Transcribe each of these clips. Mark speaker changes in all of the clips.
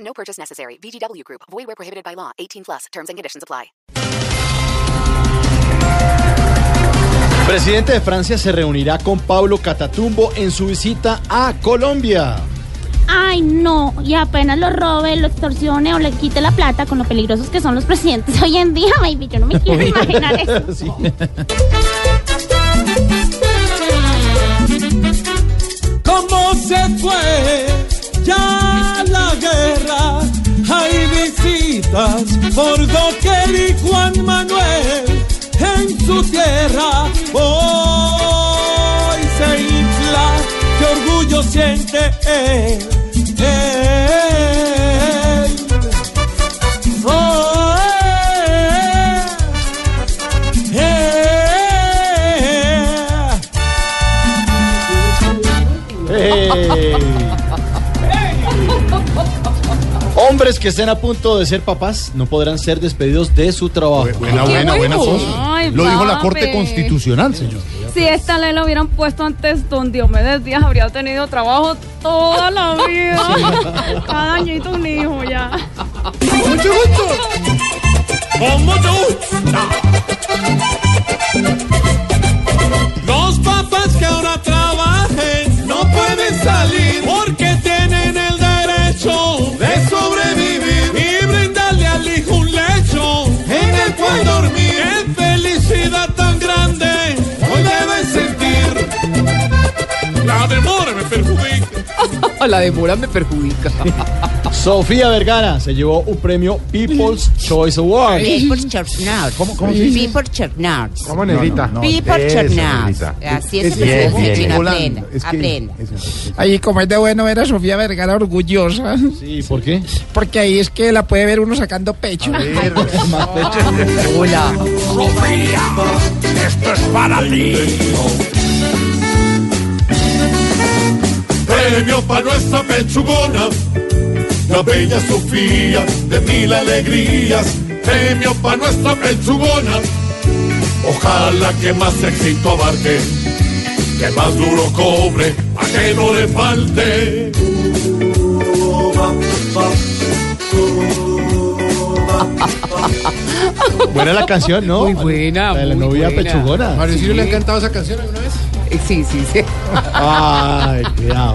Speaker 1: No purchase necessary. VGW Group. Void where prohibited by law. 18 plus. Terms and conditions apply.
Speaker 2: Presidente de Francia se reunirá con Pablo Catatumbo en su visita a Colombia.
Speaker 3: Ay, no, y apenas lo robe, lo extorsione o le quite la plata con lo peligrosos que son los presidentes hoy en día, baby. Yo no me quiero imaginar eso.
Speaker 2: Sí.
Speaker 4: cómo se fue ya la guerra. Hay visitas por doquier y Juan Manuel en su tierra. Hoy se infla, qué orgullo siente él. él. Oh, eh, eh.
Speaker 2: ¡Ey! Hombres que estén a punto de ser papás no podrán ser despedidos de su trabajo.
Speaker 5: Buena, buena, buena, Soso.
Speaker 6: Ay,
Speaker 5: Lo dijo la
Speaker 6: papi.
Speaker 5: Corte Constitucional, señor.
Speaker 6: Si esta ley la hubieran puesto antes, don Diomedes Díaz habría tenido trabajo toda la vida. Cada añito un hijo ya.
Speaker 5: ¡Mucho gusto!
Speaker 4: con mucho gusto. Los papás que ahora trabajen no pueden salir porque tienen el derecho de sobrevivir y brindarle al hijo un lecho en el cual dormir. ¡Qué felicidad tan grande hoy deben sentir! La demora me perjudica.
Speaker 7: La demora me perjudica.
Speaker 2: Sofía Vergara se llevó un premio People's Choice Award.
Speaker 8: People Chestnut. ¿Cómo,
Speaker 5: cómo se dice?
Speaker 8: People Chestnut.
Speaker 5: ¿Cómo necesita?
Speaker 8: People Chestnut. Así es,
Speaker 5: bien,
Speaker 8: presidente.
Speaker 5: bien.
Speaker 8: Aprenda,
Speaker 5: Es que-
Speaker 8: aprenda.
Speaker 5: es-
Speaker 7: Ahí, como es de bueno ver a Sofía Vergara orgullosa,
Speaker 2: Sí, ¿por qué?
Speaker 7: porque ahí es que la puede ver uno sacando pecho.
Speaker 8: Hola.
Speaker 9: Sofía, esto es para ti.
Speaker 4: Premio para nuestra pechugona, la bella Sofía de mil alegrías. Premio para nuestra pechugona, ojalá que más éxito abarque, que más duro cobre, a que no le falte.
Speaker 2: Buena la canción, ¿no?
Speaker 7: Muy buena,
Speaker 2: La de la
Speaker 7: muy
Speaker 2: novia
Speaker 7: buena.
Speaker 2: pechugona.
Speaker 5: Mauricio, ¿le ha cantado esa canción alguna vez?
Speaker 7: Eh, Sí, sí, sí.
Speaker 2: Ay, cuidado.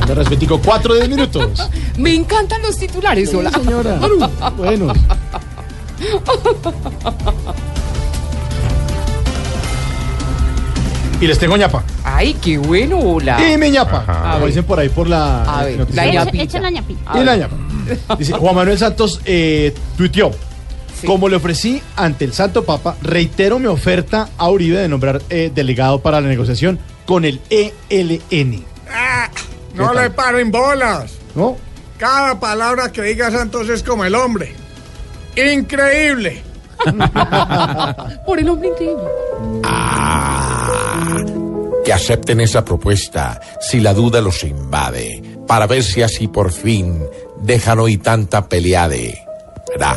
Speaker 2: Ando respetico, cuatro o diez minutos.
Speaker 7: Me encantan los titulares, hola.
Speaker 2: Señora. Bueno.
Speaker 5: Y les tengo ñapa.
Speaker 7: Ay, qué bueno, hola.
Speaker 2: Y mi ñapa.
Speaker 5: Ajá.
Speaker 2: Como dicen por ahí por la.
Speaker 7: Ah. A ver,
Speaker 2: noticia.
Speaker 7: la
Speaker 3: Echa,
Speaker 7: ñapita.
Speaker 3: echa la
Speaker 5: Ah,
Speaker 3: ñapita.
Speaker 2: Y la ñapa. Dice, Juan Manuel Santos eh, tuiteó. Como le ofrecí ante el Santo Papa, reitero mi oferta a Uribe de nombrar eh, delegado para la negociación con el E ELN.
Speaker 10: No le paren bolas.
Speaker 2: ¿No?
Speaker 10: Cada palabra que diga Santos es como el hombre. Increíble.
Speaker 7: Por el hombre increíble.
Speaker 11: Ah, que acepten esa propuesta si la duda los invade, para ver si así por fin dejan hoy tanta pelea de... ¿Verdad?